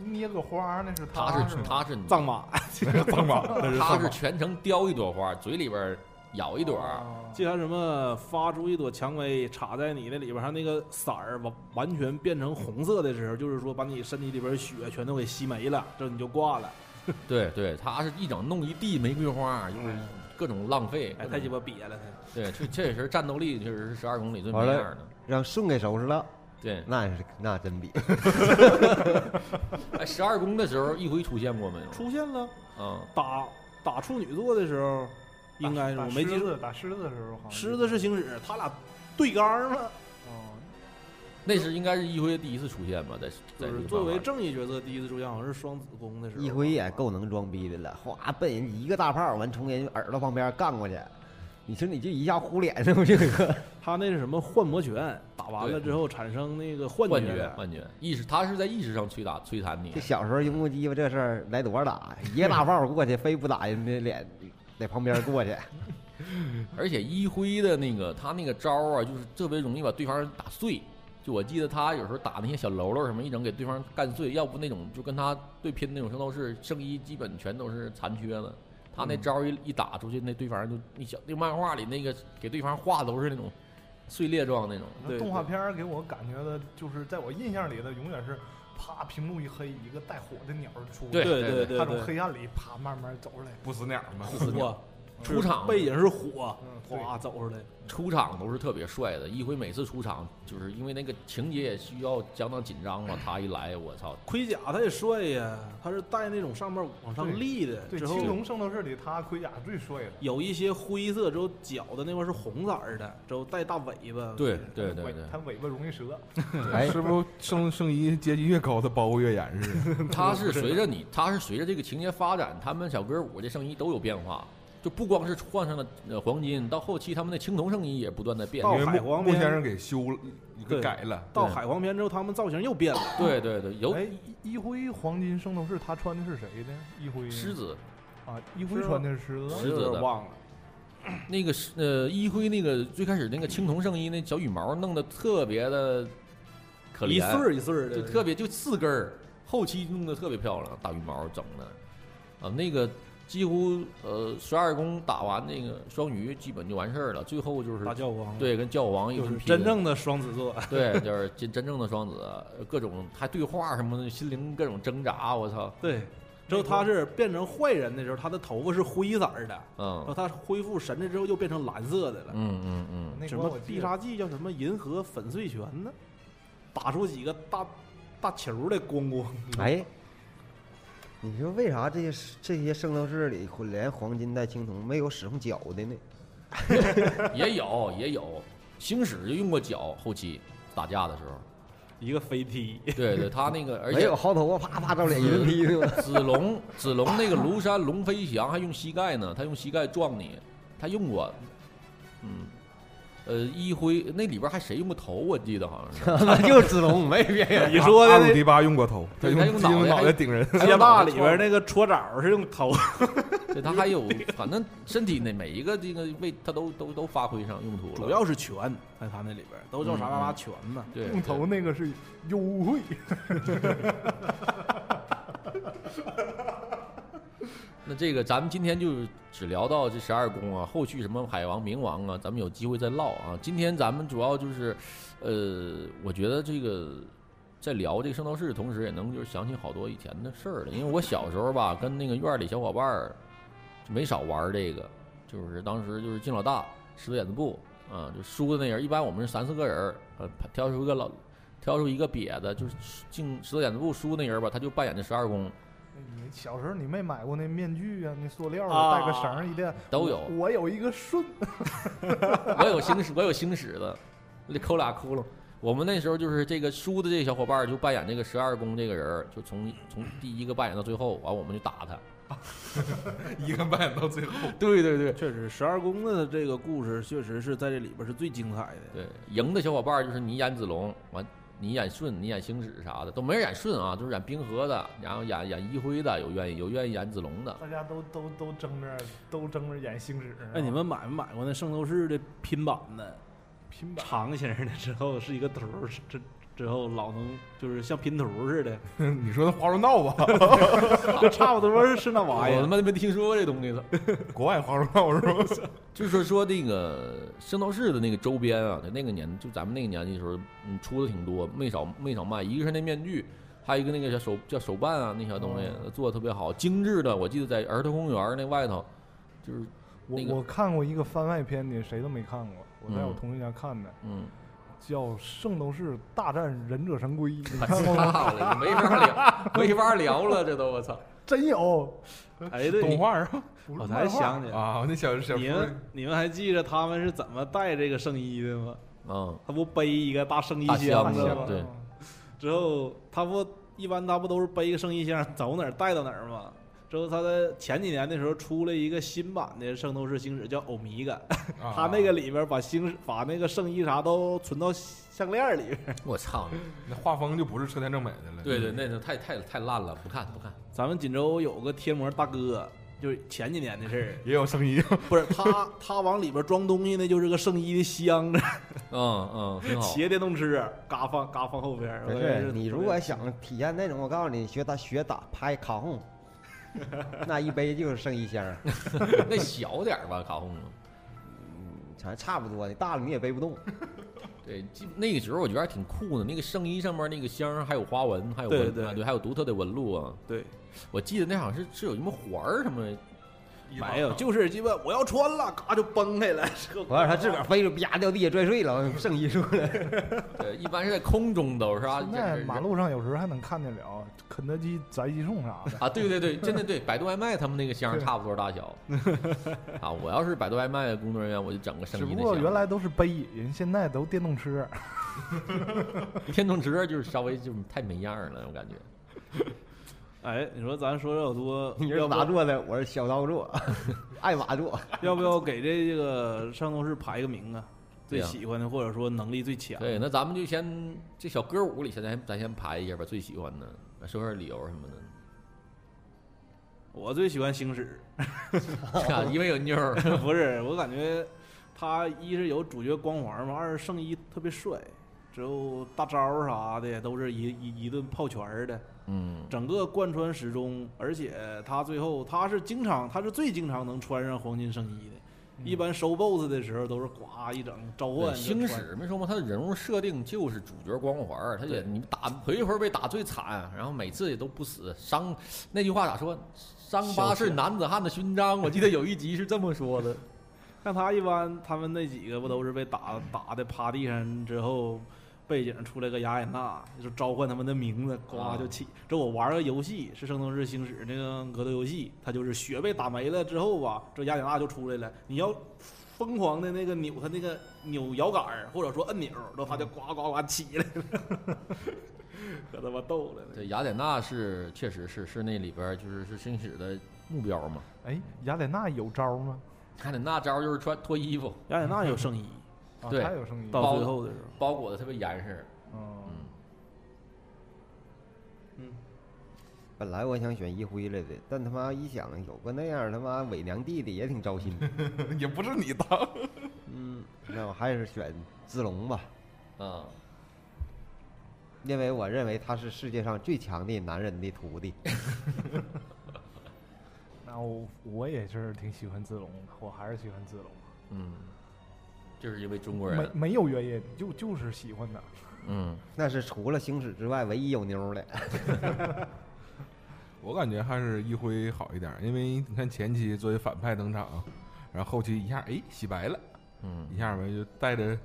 [SPEAKER 4] 捏个花儿那是
[SPEAKER 1] 他
[SPEAKER 4] 是
[SPEAKER 1] 是
[SPEAKER 4] 吗
[SPEAKER 1] 他是
[SPEAKER 2] 藏马，
[SPEAKER 5] 藏马
[SPEAKER 2] 这是
[SPEAKER 1] 他
[SPEAKER 2] 藏
[SPEAKER 1] 是
[SPEAKER 2] 马。
[SPEAKER 1] 全程叼一朵花，嘴里边儿咬一朵儿。
[SPEAKER 4] 啊
[SPEAKER 2] 记得还什么发出一朵蔷薇插在你那里边儿，它那个色儿完完全变成红色的时候，就是说把你身体里边儿血全都给吸没了，这你就挂了。
[SPEAKER 1] 对对，他是一整弄一地玫瑰花，就是各种浪费。
[SPEAKER 2] 嗯
[SPEAKER 1] 各
[SPEAKER 2] 哎，
[SPEAKER 1] 种
[SPEAKER 2] 太鸡巴瘪了，
[SPEAKER 1] 对，确确实战斗力确实是十二宫里最没
[SPEAKER 3] 完了
[SPEAKER 1] 样儿的。
[SPEAKER 3] 让舜给收拾了，
[SPEAKER 1] 对，
[SPEAKER 3] 那是那真比
[SPEAKER 1] 哎，十二宫的时候一辉出现过没有
[SPEAKER 2] 他？出现了
[SPEAKER 1] 啊、
[SPEAKER 2] 打打处女座的时候，应该是
[SPEAKER 4] 打
[SPEAKER 2] 我没记
[SPEAKER 4] 狮
[SPEAKER 2] 住，
[SPEAKER 4] 子打狮子的时候好像
[SPEAKER 2] 狮子是行驶，他俩对杆儿嘛，
[SPEAKER 4] 哦
[SPEAKER 1] 那是应该是一辉第一次出现吧，在
[SPEAKER 2] 就
[SPEAKER 1] 在这
[SPEAKER 2] 是
[SPEAKER 1] 个
[SPEAKER 2] 作
[SPEAKER 1] 漫画
[SPEAKER 2] 为
[SPEAKER 1] 里
[SPEAKER 2] 正义角色第一次出现，好像是双子宫的时候。
[SPEAKER 3] 一辉也够能装逼的了，哗奔人一个大炮，完从人耳朵旁边干过去，你说你就一下呼脸上 这个，
[SPEAKER 2] 他那是什么幻魔拳，打完了
[SPEAKER 1] 对
[SPEAKER 2] 之后产生那个幻
[SPEAKER 1] 幻
[SPEAKER 2] 觉
[SPEAKER 1] 觉，，幻觉，意识，他是在意识上摧打摧残你啊
[SPEAKER 3] 这。小时候用过鸡巴这事儿来多少打，一个大炮过去，非不打人的脸，在旁边过去，
[SPEAKER 1] 而且一辉的那个他那个招儿啊，就是特别容易把对方打碎。就我记得他有时候打那些小喽啰什么，一整给对方干碎。要不那种就跟他对拼那种圣斗士，圣衣基本全都是残缺的。他那招儿一一打出去，那对方就你想那漫画里那个给对方画的都是那种碎裂状那种。
[SPEAKER 2] 对
[SPEAKER 4] 动画片儿给我感觉的，就是在我印象里的永远是，啪屏幕一黑，一个带火的鸟儿出来，
[SPEAKER 1] 对
[SPEAKER 2] 对
[SPEAKER 1] 对
[SPEAKER 2] 对
[SPEAKER 4] 他从黑暗里啪慢慢走出来，
[SPEAKER 5] 不死鸟嘛，
[SPEAKER 2] 火
[SPEAKER 1] 出场
[SPEAKER 2] 背景是火
[SPEAKER 4] 嗯，对
[SPEAKER 2] 哗走出来，
[SPEAKER 1] 出场都是特别帅的，一辉每次出场就是因为那个情节也需要相当紧张嘛，他一来我操，
[SPEAKER 2] 盔甲他也帅呀，他是带那种上面往上立的，
[SPEAKER 4] 对，
[SPEAKER 2] 之后
[SPEAKER 4] 青龙圣斗士里他盔甲最帅的，
[SPEAKER 2] 有一些灰色，之后脚的那块是红色儿的，之后带大尾巴，
[SPEAKER 1] 对对对
[SPEAKER 4] 尾
[SPEAKER 1] 对，
[SPEAKER 4] 他尾巴容易折，
[SPEAKER 3] 哎，
[SPEAKER 5] 是不是圣圣衣阶级越高，他包越严实？
[SPEAKER 1] 他是随着你，他是随着这个情节发展，他们小歌舞这圣衣都有变化，就不光是换上了呃黄金，到后期他们的青铜圣衣也不断的变
[SPEAKER 2] 到。
[SPEAKER 5] 因为
[SPEAKER 2] 海
[SPEAKER 5] 穆
[SPEAKER 2] 皇
[SPEAKER 5] 穆
[SPEAKER 2] 边
[SPEAKER 5] 先生给修了，给
[SPEAKER 2] 对
[SPEAKER 5] 改了。
[SPEAKER 2] 到海皇篇之后，他们造型又变了。
[SPEAKER 1] 对对对，有
[SPEAKER 4] 哎，一一辉黄金圣斗士他穿的是谁呢？一辉
[SPEAKER 1] 狮子
[SPEAKER 4] 啊，一辉穿的是
[SPEAKER 1] 是
[SPEAKER 4] 狮
[SPEAKER 2] 我
[SPEAKER 4] 子，
[SPEAKER 2] 有点忘了，
[SPEAKER 1] 那个是呃一辉那个最开始那个青铜圣衣那小羽毛弄得特别的可
[SPEAKER 2] 一穗
[SPEAKER 1] 怜，
[SPEAKER 2] 儿一穗儿的，
[SPEAKER 1] 就特别就四根儿，后期弄得特别漂亮，大羽毛整的啊那个。几乎呃，十二宫打完那个双鱼，基本就完事儿了。最后就是
[SPEAKER 2] 大教皇，，
[SPEAKER 1] 对跟教皇一
[SPEAKER 2] 就是
[SPEAKER 1] 顿
[SPEAKER 2] 真
[SPEAKER 1] 拼
[SPEAKER 2] 正的双子座，
[SPEAKER 1] 对，就是真真正的双子，各种还对话什么的，心灵各种挣扎，我操，
[SPEAKER 2] 对。之后他是变成坏人的时候，他的头发是灰色儿的，然后
[SPEAKER 1] 嗯
[SPEAKER 2] 他恢复神智之后又变成蓝色的了。
[SPEAKER 1] 嗯嗯嗯，
[SPEAKER 4] 那
[SPEAKER 2] 什
[SPEAKER 4] 关
[SPEAKER 2] 么
[SPEAKER 4] 我记
[SPEAKER 2] 必
[SPEAKER 4] 得
[SPEAKER 2] 杀技叫什么银河粉碎拳呢？打出几个大大球来，咣咣。
[SPEAKER 3] 哎，你说为啥这些这些圣斗士里连黄金带青铜没有使用脚的呢？
[SPEAKER 1] 也有也有，星矢就用过脚，后期打架的时候，
[SPEAKER 2] 一个飞踢，
[SPEAKER 1] 对对，他那个而
[SPEAKER 3] 没
[SPEAKER 1] 且
[SPEAKER 3] 有薅头发啪啪照脸一顿踢 的吗？
[SPEAKER 1] 子龙子龙那个庐山龙飞翔还用膝盖呢，他用膝盖撞你，他用过，嗯。呃，一辉那里边还谁用过头？我记得好像是
[SPEAKER 3] 他妈就是子龙，没别人。
[SPEAKER 2] 你说的
[SPEAKER 5] 阿鲁
[SPEAKER 2] 那
[SPEAKER 5] 迪巴用过头，他
[SPEAKER 1] 对
[SPEAKER 5] 用
[SPEAKER 1] 他用
[SPEAKER 5] 自己
[SPEAKER 1] 脑袋哎
[SPEAKER 5] 脑
[SPEAKER 1] 还
[SPEAKER 5] 袋顶人。
[SPEAKER 2] 街霸里边那个戳爪是用头，
[SPEAKER 1] 对，他还有，反正身体那每一个这个位，他都都都发挥上用途了。
[SPEAKER 2] 主要是拳，在他那里边都叫啥啥啥拳嘛。
[SPEAKER 1] 对
[SPEAKER 4] 用
[SPEAKER 1] 对
[SPEAKER 4] 头那个是优惠，
[SPEAKER 1] 那这个咱们今天就只聊到这十二宫啊，后续什么海王、冥王啊，咱们有机会再唠啊。今天咱们主要就是，呃，我觉得这个在聊这个圣斗士，同时也能就是想起好多以前的事儿了。因为我小时候吧，跟那个院里小伙伴儿就没少玩这个，就是当时就是金老大、石头眼子布，啊，就输的那人，一般我们是三四个人儿，呃，挑出一个老，挑出一个瘪的，就是进十字演出输那人吧，他就扮演这十二宫，
[SPEAKER 4] 哎你小时候你没买过那面具啊，那塑料
[SPEAKER 2] 啊
[SPEAKER 4] 的，带个绳儿一的
[SPEAKER 1] 都有
[SPEAKER 4] 我有一个顺，
[SPEAKER 1] 我有星矢，我有星矢的，得抠俩窟窿。我们那时候就是这个输的这个小伙伴儿就扮演这个十二宫这个人儿，就从从第一个扮演到最后，完我们就打他。
[SPEAKER 5] 一个扮演到 最后，
[SPEAKER 1] 对对对
[SPEAKER 2] 确实，十二宫的这个故事确实是在这里边是最精彩的。
[SPEAKER 1] 对，赢的小伙伴儿就是你演子龙，完你演顺，你演星矢啥的都没人演顺啊，就是演冰河的，然后演演一辉的，有愿意有愿意演子龙的。
[SPEAKER 4] 大家都都都争着都争着演星矢。啊
[SPEAKER 2] 哎，你们买没买过那圣斗士的拼版的
[SPEAKER 4] 拼吧，
[SPEAKER 2] 长形的？之后是一个头儿，之之后老能就是像拼图似 的，
[SPEAKER 5] 你说那花荣道吧？
[SPEAKER 2] 就差不多是那玩意
[SPEAKER 1] 我他
[SPEAKER 2] 儿。
[SPEAKER 1] 妈没听说过这东西呢。
[SPEAKER 5] 国外花荣道是吧？
[SPEAKER 1] 就是说说那个圣斗士的那个周边啊，在那个年就咱们那个年纪的时候，嗯，出的挺多，没少没少卖。一个是那面具，还有一个那个叫手叫手办啊，那小东西、做的特别好，精致的。我记得在儿童公园那外头，就是
[SPEAKER 4] 我
[SPEAKER 1] 那个
[SPEAKER 4] 我看过一个番外篇，你谁都没看过，我在我
[SPEAKER 1] 嗯
[SPEAKER 4] 同学家看的，
[SPEAKER 1] 嗯，
[SPEAKER 4] 叫《圣斗士大战忍者神龟》，你
[SPEAKER 1] 太
[SPEAKER 4] 看过吗？
[SPEAKER 1] 差了，没法聊，没法聊了，这都我操！
[SPEAKER 4] 真有，
[SPEAKER 2] 哎，对，
[SPEAKER 5] 动
[SPEAKER 2] 你
[SPEAKER 5] 画啊
[SPEAKER 4] 不是
[SPEAKER 2] 我
[SPEAKER 4] 漫
[SPEAKER 2] 才
[SPEAKER 4] 画
[SPEAKER 2] 想起来，
[SPEAKER 5] 啊！那小小
[SPEAKER 2] 你
[SPEAKER 5] 说
[SPEAKER 2] 们你们还记着他们是怎么带这个圣衣的吗？
[SPEAKER 1] 嗯，
[SPEAKER 2] 他不背一个大圣衣
[SPEAKER 1] 大箱
[SPEAKER 4] 大
[SPEAKER 2] 子
[SPEAKER 1] 子
[SPEAKER 2] 吗
[SPEAKER 4] 象？
[SPEAKER 1] 对
[SPEAKER 2] 之后他不一般他不都是背一个圣衣箱走哪儿带到哪儿吗？之后他在前几年的时候出了一个新版的圣斗士星矢，叫欧米伽，
[SPEAKER 5] 啊
[SPEAKER 2] 他那个里边把星把那个圣衣啥都存到项链里边。
[SPEAKER 1] 我操！
[SPEAKER 5] 那画风就不是车田正美的了。
[SPEAKER 1] 对对，那那太太太烂了，不看不看。
[SPEAKER 2] 咱们锦州有个贴膜大哥，就是前几年的 事
[SPEAKER 5] 也有生意，
[SPEAKER 2] 儿，不是他他往里边装东西那就是个圣衣的箱子，
[SPEAKER 1] 嗯嗯， 挺好
[SPEAKER 2] 骑。着电动车嘎放嘎放后边儿。
[SPEAKER 3] 不
[SPEAKER 2] 我也
[SPEAKER 3] 是你如果想体验那种，我告诉你，学打学打拍卡轰，那一杯就是剩一箱儿，
[SPEAKER 1] 那小点儿吧，卡轰。
[SPEAKER 3] 全差不多，你大了你也背不动。
[SPEAKER 1] 对，基那个时候我觉得还挺酷的。那个圣衣上面那个箱儿还有花纹，还有
[SPEAKER 2] 对
[SPEAKER 1] 纹
[SPEAKER 2] 对
[SPEAKER 1] 啊对，还有独特的纹路啊。
[SPEAKER 2] 对
[SPEAKER 1] 我记得那好像是是有什么环儿什么的，
[SPEAKER 2] 没
[SPEAKER 5] 啊
[SPEAKER 2] 有，就是鸡巴我要穿了，嘎就崩开 了。这
[SPEAKER 3] 完了他自个儿飞着啪掉地下拽碎了， 剩一出来。
[SPEAKER 1] 对，呃一般是在空中都是吧？
[SPEAKER 4] 现在
[SPEAKER 1] 啊这
[SPEAKER 4] 马路上有时候还能看见了肯德基宅急送啥 的。
[SPEAKER 1] 啊，对对对，真的对，百度外卖他们那个箱儿差不多大 小啊。我要是百度外卖的工作人员，我就整个圣
[SPEAKER 4] 只
[SPEAKER 1] 衣
[SPEAKER 4] 不
[SPEAKER 1] 的
[SPEAKER 4] 过
[SPEAKER 1] 箱。
[SPEAKER 4] 原来都是背人，现在都电动车。
[SPEAKER 1] 电动车就是稍微就太没样儿了，我感觉。
[SPEAKER 2] 哎，你说咱说这有 多，
[SPEAKER 3] 你是
[SPEAKER 2] 要不
[SPEAKER 3] 哪座的？我是小刀座， 爱瓦 座。
[SPEAKER 2] 要不要给这个圣斗士排个名啊？最
[SPEAKER 1] 对呀
[SPEAKER 2] 喜欢的，或者说能力最强。
[SPEAKER 1] 对，那咱们就先这小歌舞里，现在咱先排一下吧，最喜欢的，说说理由什么的。
[SPEAKER 2] 我最喜欢星矢，
[SPEAKER 1] 啊因为有妞儿，
[SPEAKER 2] 不是我感觉他一是有主角光环嘛，二是圣衣特别帅，之后大招儿啥的都是一一一顿炮拳儿的，
[SPEAKER 1] 嗯。
[SPEAKER 2] 整个贯穿始终。而且他最后他是经常他是最经常能穿上黄金圣衣的，一般收 BOSS 的时候都是呱一整召
[SPEAKER 1] 嗯对
[SPEAKER 2] 唤就
[SPEAKER 1] 星
[SPEAKER 2] 穿
[SPEAKER 1] 矢没说吗？他的人物设定就是主角光环儿，他也你打回回被打最惨，然后每次也都不死，伤那句话咋说？伤疤是男子汉的勋章，我记得有一集是这么 说的。
[SPEAKER 2] 像他一般，他们那几个不都是被打打的趴地上之后，背景出来个雅典娜，就召唤他们的名字，
[SPEAKER 1] 啊
[SPEAKER 2] 呱就起。这我玩个游戏是《圣斗士星矢》那个格斗游戏，他就是血被打没了之后吧，这雅典娜就出来了，你要。疯狂的那个扭他那个扭摇杆儿或者说按钮，然后他就呱呱呱起来了，可他妈逗了。
[SPEAKER 1] 对，雅典娜是确实是是那里边儿就是是星矢的目标嘛。
[SPEAKER 4] 哎，雅典娜有招吗？
[SPEAKER 1] 雅典娜招就是穿脱衣服，
[SPEAKER 2] 雅典娜有圣衣，
[SPEAKER 4] 啊，
[SPEAKER 1] 对
[SPEAKER 4] 她有声音。
[SPEAKER 1] 到
[SPEAKER 2] 到
[SPEAKER 1] 最
[SPEAKER 2] 最后的时候，
[SPEAKER 1] 包裹的特别严实。
[SPEAKER 4] 嗯，
[SPEAKER 2] 嗯，
[SPEAKER 3] 本来我想选一辉来的，但他妈一想有个那样他妈伪娘弟弟也挺糟 心。嗯
[SPEAKER 5] 也不是你当。
[SPEAKER 3] 那我还是选子龙吧，
[SPEAKER 1] 嗯，
[SPEAKER 3] 因为我认为他是世界上最强的男人的徒弟。
[SPEAKER 4] 那我我也是挺喜欢子龙的，我还是喜欢子龙。
[SPEAKER 1] 嗯，就是因为中国
[SPEAKER 4] 没
[SPEAKER 1] 人，
[SPEAKER 4] 没有原因，就就是喜欢他。
[SPEAKER 1] 嗯，
[SPEAKER 3] 那是除了星矢之外唯一有妞 儿的。
[SPEAKER 5] 我感觉还是一辉好一点，因为你看前期作为反派登场，然后后期一下哎洗白了，
[SPEAKER 1] 嗯
[SPEAKER 5] 一下呗，就带着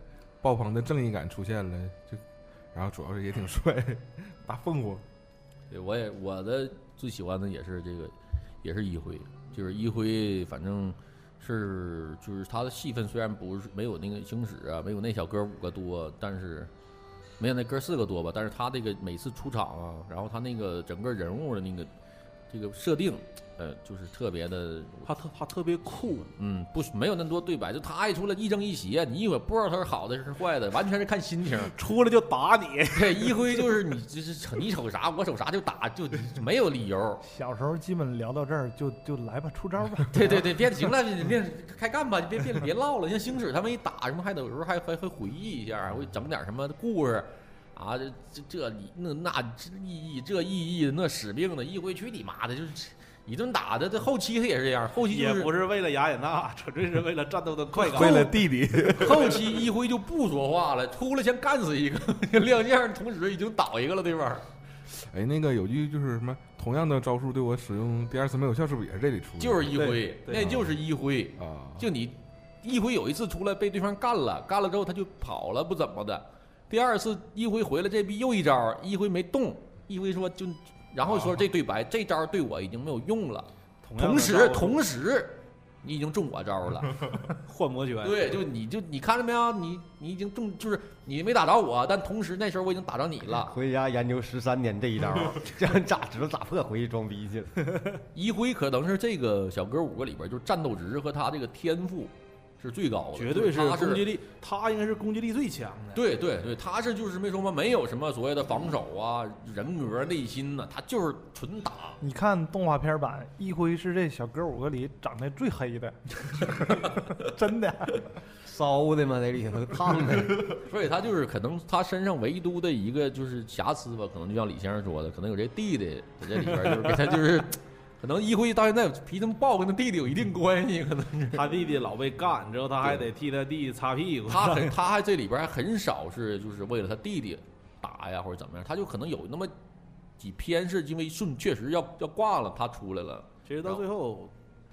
[SPEAKER 5] 爆棚的正义感出现了，就然后主要是也挺 帅，大凤凰，
[SPEAKER 1] 对，我也我的最喜欢的也是这个，也是一辉，就是一辉，反正是就是他的戏份虽然不是没有那个星矢啊，没有那小哥五个多，但是没有那哥四个多吧，但是他这个每次出场啊，然后他那个整个人物的那个这个设定，呃，就是特别的，
[SPEAKER 2] 他特他特别酷，
[SPEAKER 1] 嗯，不没有那么多对白，就他爱出来亦正亦邪，你一会儿不知道他是好的是坏的，完全是看心情。
[SPEAKER 2] 出来就打你，
[SPEAKER 1] 对，一辉就是你就是你瞅啥我瞅啥就打，就没有理由。
[SPEAKER 4] 小时候基本聊到这儿，就就来吧，出 招吧。
[SPEAKER 1] 对对对，别行了，别别开干吧，别别别唠了。像星矢他们一打什么，还得有时候还还会回忆一下，会整点什么故事，啊，这这这里那那这意义这意义的那使命的，一回去你妈的就是一顿打的。这后期他也是这样，后期就
[SPEAKER 2] 也
[SPEAKER 1] 是
[SPEAKER 2] 不是为了雅典娜， 纯粹是为了战斗的快感。
[SPEAKER 5] 弟弟，
[SPEAKER 1] 后期一辉就不说话了，出来先干死一个， 亮相同时已经倒一个了，对方。
[SPEAKER 5] 哎，那个有句就是什么，同样的招数对我使用第二次没有效，是不是也是这里出的？
[SPEAKER 1] 就是一辉
[SPEAKER 2] 对，
[SPEAKER 1] 那
[SPEAKER 2] 对
[SPEAKER 1] 就是一辉。
[SPEAKER 5] 啊，
[SPEAKER 1] 就你一回有一次出来被对方干了，干了之后他就跑了，不怎么的。第二次一回回来，这逼又一招，一回没动，一回说就，然后说
[SPEAKER 5] 啊
[SPEAKER 1] 这对白、这招对我已经没有用了。
[SPEAKER 2] 样的
[SPEAKER 1] 同时
[SPEAKER 2] 招
[SPEAKER 1] 同时，你已经中我招 了。
[SPEAKER 2] 幻魔拳，
[SPEAKER 1] 对，就你就你看着没有？你你已经中，就是你没打着我，但同时那时候我已经打着你了。
[SPEAKER 3] 回家研究十三年这一招，这样咋知道咋破回去装逼 去了？
[SPEAKER 2] 嗯
[SPEAKER 1] 一辉可能是这个小哥五个里边，就是战斗值和他这个天赋是最高的，
[SPEAKER 2] 绝对
[SPEAKER 1] 就是他
[SPEAKER 2] 攻击力，他应该是攻击力最强的。
[SPEAKER 1] 对对对，他是就是没说嘛，没有什么所谓的防守啊、人格、内心呐、他就是纯打。
[SPEAKER 4] 你看动画片版，一辉是这小哥五个里长得最黑 的，真的。
[SPEAKER 3] 烧的嘛，那里头烫的。
[SPEAKER 1] 所以他就是可能他身上唯独的一个就是瑕疵吧，可能就像李先生说的，可能有这弟弟在这里边儿就是给他就是， 可能一辉到现在脾气这么暴，跟他弟弟有一定关系，可能
[SPEAKER 2] 他弟弟老被干，之后他还得替他弟弟擦屁股。
[SPEAKER 1] 他很他还这里边儿还很少是就是为了他弟弟打呀或者怎么样，他就可能有那么几篇是因为顺确实要要挂了，他出来了。
[SPEAKER 2] 其实到最后，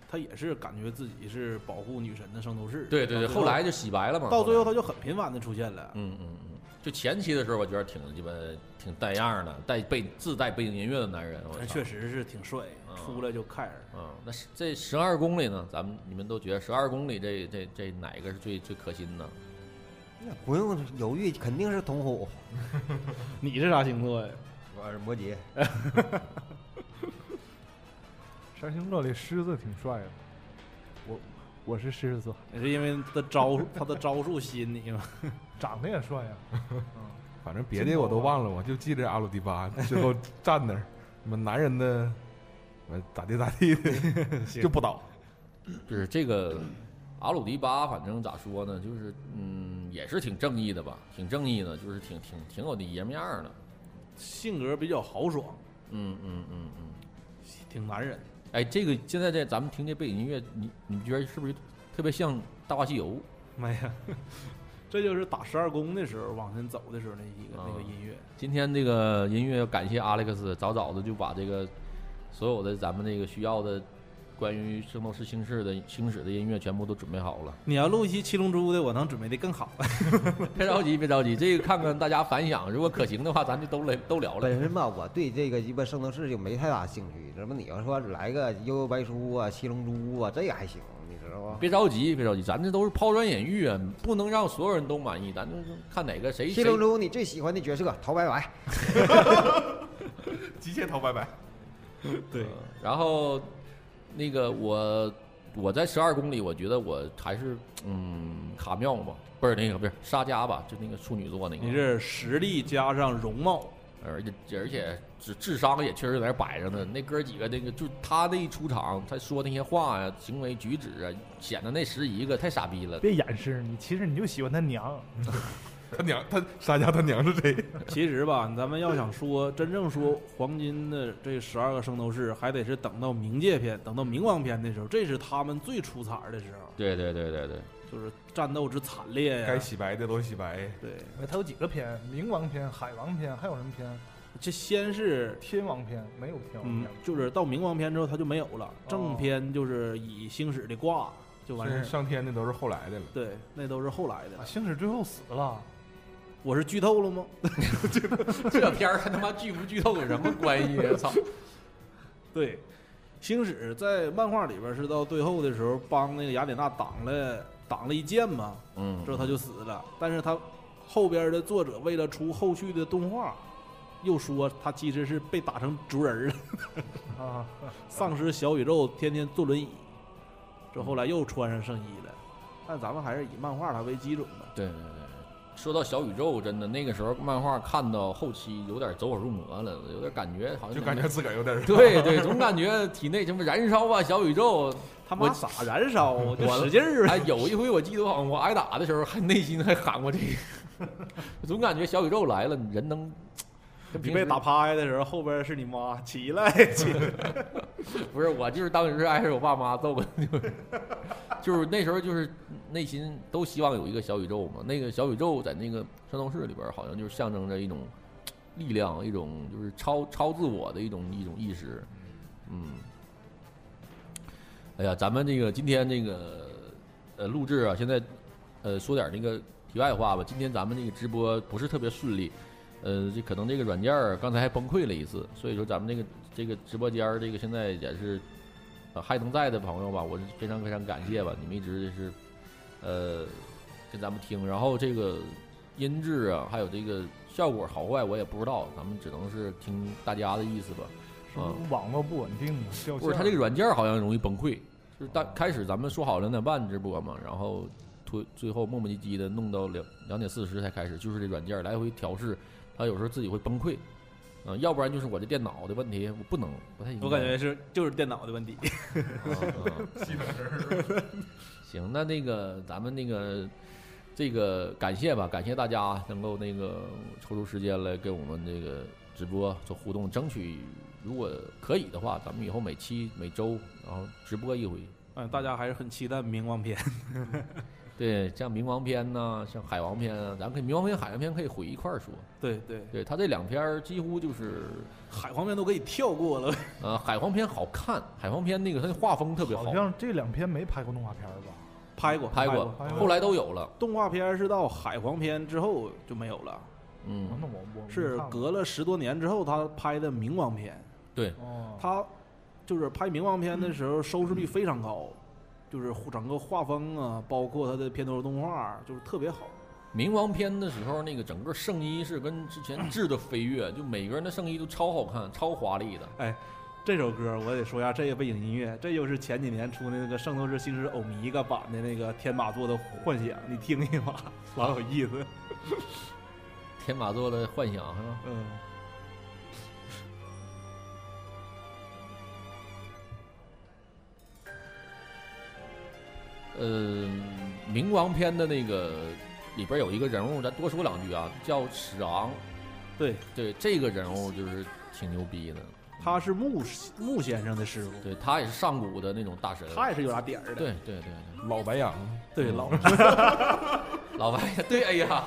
[SPEAKER 2] 他也是感觉自己是保护女神的圣斗士。
[SPEAKER 1] 对对对，
[SPEAKER 2] 到最
[SPEAKER 1] 后来就洗白了嘛。
[SPEAKER 2] 到最
[SPEAKER 1] 来
[SPEAKER 2] 后他就很频繁的出现了。
[SPEAKER 1] 嗯嗯嗯，就前期的时候，我觉得挺鸡巴挺带样儿的，带背自带背景音乐的男人，我操
[SPEAKER 2] 但哎确实是挺帅，出来就开尔。
[SPEAKER 1] 嗯，那是这十二公里呢？咱们你们都觉得十二公里这这这哪一个是最最可心呢？
[SPEAKER 3] 那不用犹豫，肯定是童虎，
[SPEAKER 2] 你是啥星座呀？
[SPEAKER 3] 我是摩羯。
[SPEAKER 4] 十二星座里狮子挺帅的，我我是狮子座，
[SPEAKER 2] 也是因为他招他的招数吸引你吗？
[SPEAKER 4] 长得也帅呀、
[SPEAKER 5] 反正别的我都忘了，我就记着阿鲁迪巴最后站那儿，什么男人的，呃咋地咋地的就不倒，
[SPEAKER 1] 就是这 个阿鲁迪巴，反正咋说呢，就是嗯，也是挺正义的吧，挺正义的，就是挺挺挺有的爷们样儿的。
[SPEAKER 2] 性格比较豪爽，
[SPEAKER 1] 嗯嗯嗯嗯，
[SPEAKER 2] 挺男人。
[SPEAKER 1] 哎，这个现在这咱们听这背景音乐，你你觉得是不是特别像《大话西游》？
[SPEAKER 2] 妈呀，这就是打十二宫的时候往前走的时候那一个、
[SPEAKER 1] 啊
[SPEAKER 2] 那个音乐。
[SPEAKER 1] 今天这个音乐要感谢 Alex 早早的就把这个所有的咱们这个需要的关于圣斗士星矢的星矢的音乐全部都准备好了。
[SPEAKER 2] 你要录一期七龙珠的，我能准备的更好。 啊
[SPEAKER 1] 别着 急，别着急，这个看看大家反响，如果可行的话，咱就都来都聊了。
[SPEAKER 3] 本身吧，我对这个鸡巴圣斗士就没太大兴趣。什么你要说来个幽游白书啊、七龙珠啊，这个还行，你知道吧？
[SPEAKER 1] 别着急，别着急，咱这都是抛砖引玉啊，不能让所有人都满意，咱就是看哪个谁
[SPEAKER 3] 七
[SPEAKER 1] 谁
[SPEAKER 3] 龙珠你最喜欢的角色陶白白，
[SPEAKER 5] 极限逃拜拜。
[SPEAKER 2] 对
[SPEAKER 1] 呃然后那个我我在十二公里，我觉得我还是嗯卡妙吧，不是那个不是沙加吧，就那个处女座那个。
[SPEAKER 2] 你是实力加上容貌，
[SPEAKER 1] 而且而且智智商也确实在那摆着呢。那哥几个那个，就他那一出场，他说那些话呀、行为举止啊，显得那十一个太傻逼了。
[SPEAKER 4] 别掩饰你，其实你就喜欢他娘。
[SPEAKER 5] 他娘，他沙家他娘是谁？
[SPEAKER 2] 其实吧，咱们要想说真正说黄金的这十二个圣斗士，还得是等到冥界篇、等到冥王篇的时候，这是他们最出彩儿的时候，
[SPEAKER 1] 对对对对对，
[SPEAKER 2] 就是战斗之惨烈呀、
[SPEAKER 5] 该洗白的都洗白，
[SPEAKER 2] 对，
[SPEAKER 4] 哎他有几个篇？冥王篇、海王篇，还有什么篇？
[SPEAKER 2] 这先是
[SPEAKER 4] 天王篇没有天王
[SPEAKER 2] 嗯
[SPEAKER 4] 篇。，
[SPEAKER 2] 哦就是到冥王篇之后他就没有了，正片就是以星矢的挂就完事
[SPEAKER 5] 甚
[SPEAKER 2] 儿
[SPEAKER 5] 至
[SPEAKER 2] 了。
[SPEAKER 5] 上天的都是后来的了。
[SPEAKER 2] 对，那都是后来的
[SPEAKER 4] 啊，。星矢最后死了，
[SPEAKER 2] 我是剧透了吗？
[SPEAKER 1] 这片儿跟他妈剧不剧透有什么关系啊？ 操！
[SPEAKER 2] 对，星矢在漫画里边是到最后的时候帮那个雅典娜挡了挡了一剑嘛，
[SPEAKER 1] 嗯
[SPEAKER 2] 之后他就死了。但是他后边的作者为了出后续的动画，又说他其实是被打成竹人儿了，
[SPEAKER 4] 啊，
[SPEAKER 2] 丧尸小宇宙天天坐轮椅。这后来又穿上圣衣了，但咱们还是以漫画它为基准吧。
[SPEAKER 1] 对对对，说到小宇宙，真的那个时候漫画看到后期有点走火入魔了，有点感觉好像
[SPEAKER 5] 就感觉自个儿有点儿
[SPEAKER 1] 对对，总感觉体内什么燃烧吧小宇宙。
[SPEAKER 2] 他妈
[SPEAKER 1] 我
[SPEAKER 2] 傻燃烧， 我就
[SPEAKER 1] 我
[SPEAKER 2] 使劲儿呗。啊
[SPEAKER 1] 哎，有一回我记得我好像我挨打的时候，还内心还喊过这个， 总感觉小宇宙来了，人能跟
[SPEAKER 2] 你
[SPEAKER 1] 平
[SPEAKER 2] 被
[SPEAKER 1] 时
[SPEAKER 2] 打趴下的时候，后边是你妈，起来起来。
[SPEAKER 1] 不是我就是当时挨着我爸妈揍的，就是就是那时候就是内心都希望有一个小宇宙嘛。那个小宇宙在那个圣斗士里边儿好像就是象征着一种力量，一种就是超超自我的一种一种意识。嗯，哎呀，咱们这个今天这个呃录制啊，现在呃说点那个题外话吧。今天咱们这个直播不是特别顺利。呃，这可能这个软件儿刚才还崩溃了一次，所以说咱们这个这个直播间儿这个现在也是，呃，还能在的朋友吧，我是非常非常感谢吧，你们一直就是，呃，跟咱们听，然后这个音质啊，还有这个效果好坏我也不知道，咱们只能是听大家的意思吧。
[SPEAKER 4] 是不是网络不稳定啊？掉
[SPEAKER 1] 嗯不是，
[SPEAKER 4] 线
[SPEAKER 1] 它这个软件儿好像容易崩溃，就是大开始咱们说好两点半直播嘛，然后推最后磨磨唧唧的弄到两两点四十才开始，就是这软件儿来回调试，它有时候自己会崩溃，嗯、要不然就是我这电脑的问题，我不能不太行。
[SPEAKER 2] 我感觉是就是电脑的问题。
[SPEAKER 5] 基本上是
[SPEAKER 1] 行，那那个咱们那个这个感谢吧，感谢大家啊能够那个抽出时间来跟我们这个直播做互动，争取如果可以的话，咱们以后每期每周然后直播一回。
[SPEAKER 2] 嗯，大家还是很期待冥王篇。
[SPEAKER 1] 对，像冥王篇呐、像海王篇啊，咱可以冥王篇、海王篇可以混一块儿说。
[SPEAKER 2] 对对，
[SPEAKER 1] 对他这两篇儿几乎就是，
[SPEAKER 2] 海皇篇都可以跳过了。
[SPEAKER 1] 呃，海王篇好看，海王篇那个他的画风特别好
[SPEAKER 4] 好，像这两篇没拍过动画片儿吧？
[SPEAKER 2] 拍过，
[SPEAKER 1] 拍
[SPEAKER 2] 过。
[SPEAKER 1] 过
[SPEAKER 4] 拍，过
[SPEAKER 1] 后来都有了。
[SPEAKER 2] 动画片是到海皇篇之后就没有了，
[SPEAKER 1] 嗯
[SPEAKER 4] 啊，那我我没
[SPEAKER 2] 是
[SPEAKER 4] 看过
[SPEAKER 2] 隔了十多年之后他拍的冥王篇。
[SPEAKER 4] 哦，
[SPEAKER 2] 他就是拍冥王篇的时候收视率非常高，就是整个画风啊，包括他的片头动画，就是特别好。
[SPEAKER 1] 冥王篇的时候，那个整个圣衣是跟之前质的飞跃，就每个人的圣衣都超好看、超华丽的。
[SPEAKER 2] 这首歌我得说一下，这个背景音乐，这又是前几年出的那个《圣斗士星矢欧米伽》版的那个天马座的幻想，你听一把，老有意思。
[SPEAKER 1] 天马座的幻想是吧？
[SPEAKER 2] 嗯，
[SPEAKER 1] 呃，冥王篇的那个里边有一个人物，咱多说两句啊，叫史昂。
[SPEAKER 2] 对，
[SPEAKER 1] 对，这个人物就是挺牛逼的。
[SPEAKER 2] 他是木木先生的师傅，
[SPEAKER 1] 对他也是上古的那种大神。
[SPEAKER 2] 他也是有啥点儿的。
[SPEAKER 1] 对嗯对对对，
[SPEAKER 5] 老白羊，
[SPEAKER 2] 对，老
[SPEAKER 1] 老白羊，对，哎呀，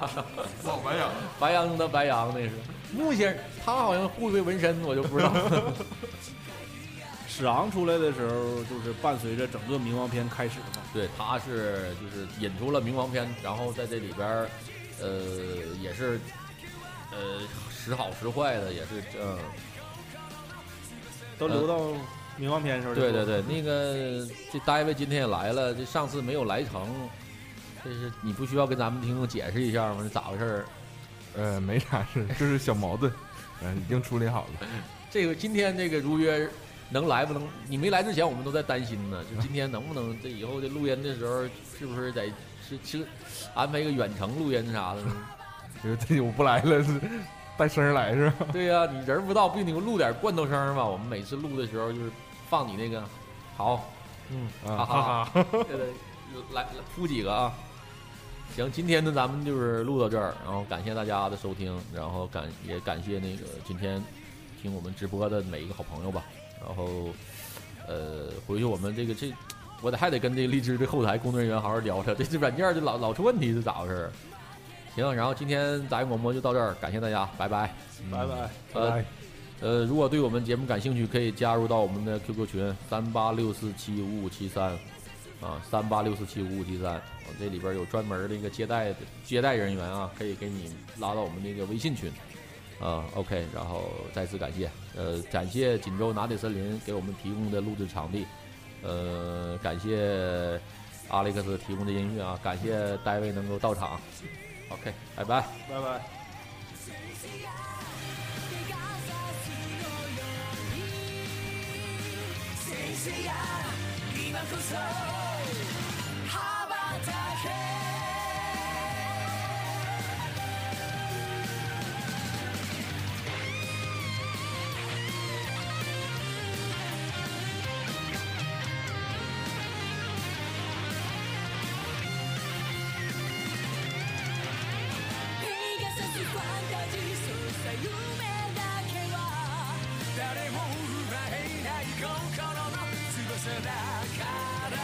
[SPEAKER 5] 老白羊，
[SPEAKER 1] 白羊中的白羊那是木先生，他好像会不会纹身，我就不知道。
[SPEAKER 2] 史昂出来的时候，就是伴随着整个冥王篇开始的嘛。
[SPEAKER 1] 对，他是就是引出了冥王篇，然后在这里边儿，呃，也是，呃，时好时坏的，也是，嗯、
[SPEAKER 2] 都留到冥王篇的时候。
[SPEAKER 1] 对对，对，那个这大卫今天也来了，这上次没有来成，这是你不需要跟咱们听众解释一下吗？这咋回事儿？
[SPEAKER 5] 呃，没啥事，就是小矛盾，嗯，已经处理好了。
[SPEAKER 1] 这个今天这个如约能来不能？你没来之前，我们都在担心呢，就今天能不能这以后这录音的时候，是不是得是是安排一个远程录音啥的呢？
[SPEAKER 5] 因为这我不来了，是带声儿来是吧？
[SPEAKER 1] 对呀、你人不到，不定你给我录点罐头声儿嘛。我们每次录的时候就是放你那个，好，
[SPEAKER 4] 嗯，
[SPEAKER 1] 哈
[SPEAKER 5] 啊，
[SPEAKER 1] 哈，对对， 来来铺几个啊。行，今天呢咱们就是录到这儿，然后感谢大家的收听，然后感也感谢那个今天听我们直播的每一个好朋友吧。然后，呃，回去我们这个这，我得还得跟这个荔枝的后台工作人员好好聊聊，这这软件儿就老老出问题是咋回事儿？行，然后今天杂音广播就到这儿，感谢大家，拜拜。
[SPEAKER 5] 嗯
[SPEAKER 2] 拜拜。
[SPEAKER 1] 呃
[SPEAKER 4] 来，
[SPEAKER 1] 呃，如果对我们节目感兴趣，可以加入到我们的 QQ 群三八六四七五五七三，啊，三八六四七五五七三，哦这里边有专门的一个接待的接待人员啊，可以给你拉到我们那个微信群。啊，OK，然后再次感谢，呃，感谢锦州拿铁森林给我们提供的录制场地，呃，感谢阿历克斯提供的音乐啊，感谢大卫能够到场，OK，拜拜。
[SPEAKER 2] 拜拜。
[SPEAKER 6] 星矢やペガサスのように戦士や今こそ羽ばたけペガサスファンタジーそうした夢だけは誰も奪えない心の翼だから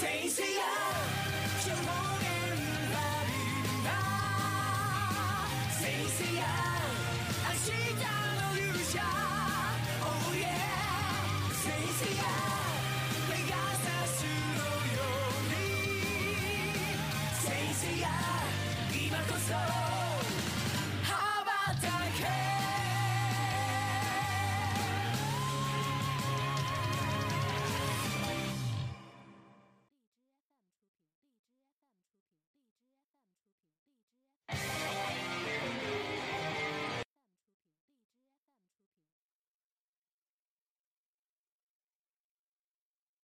[SPEAKER 6] 戦士や少年なみんな戦士や明日の勇者 Oh yeah 戦士やペガサスのように戦士や今こそ羽ばたけ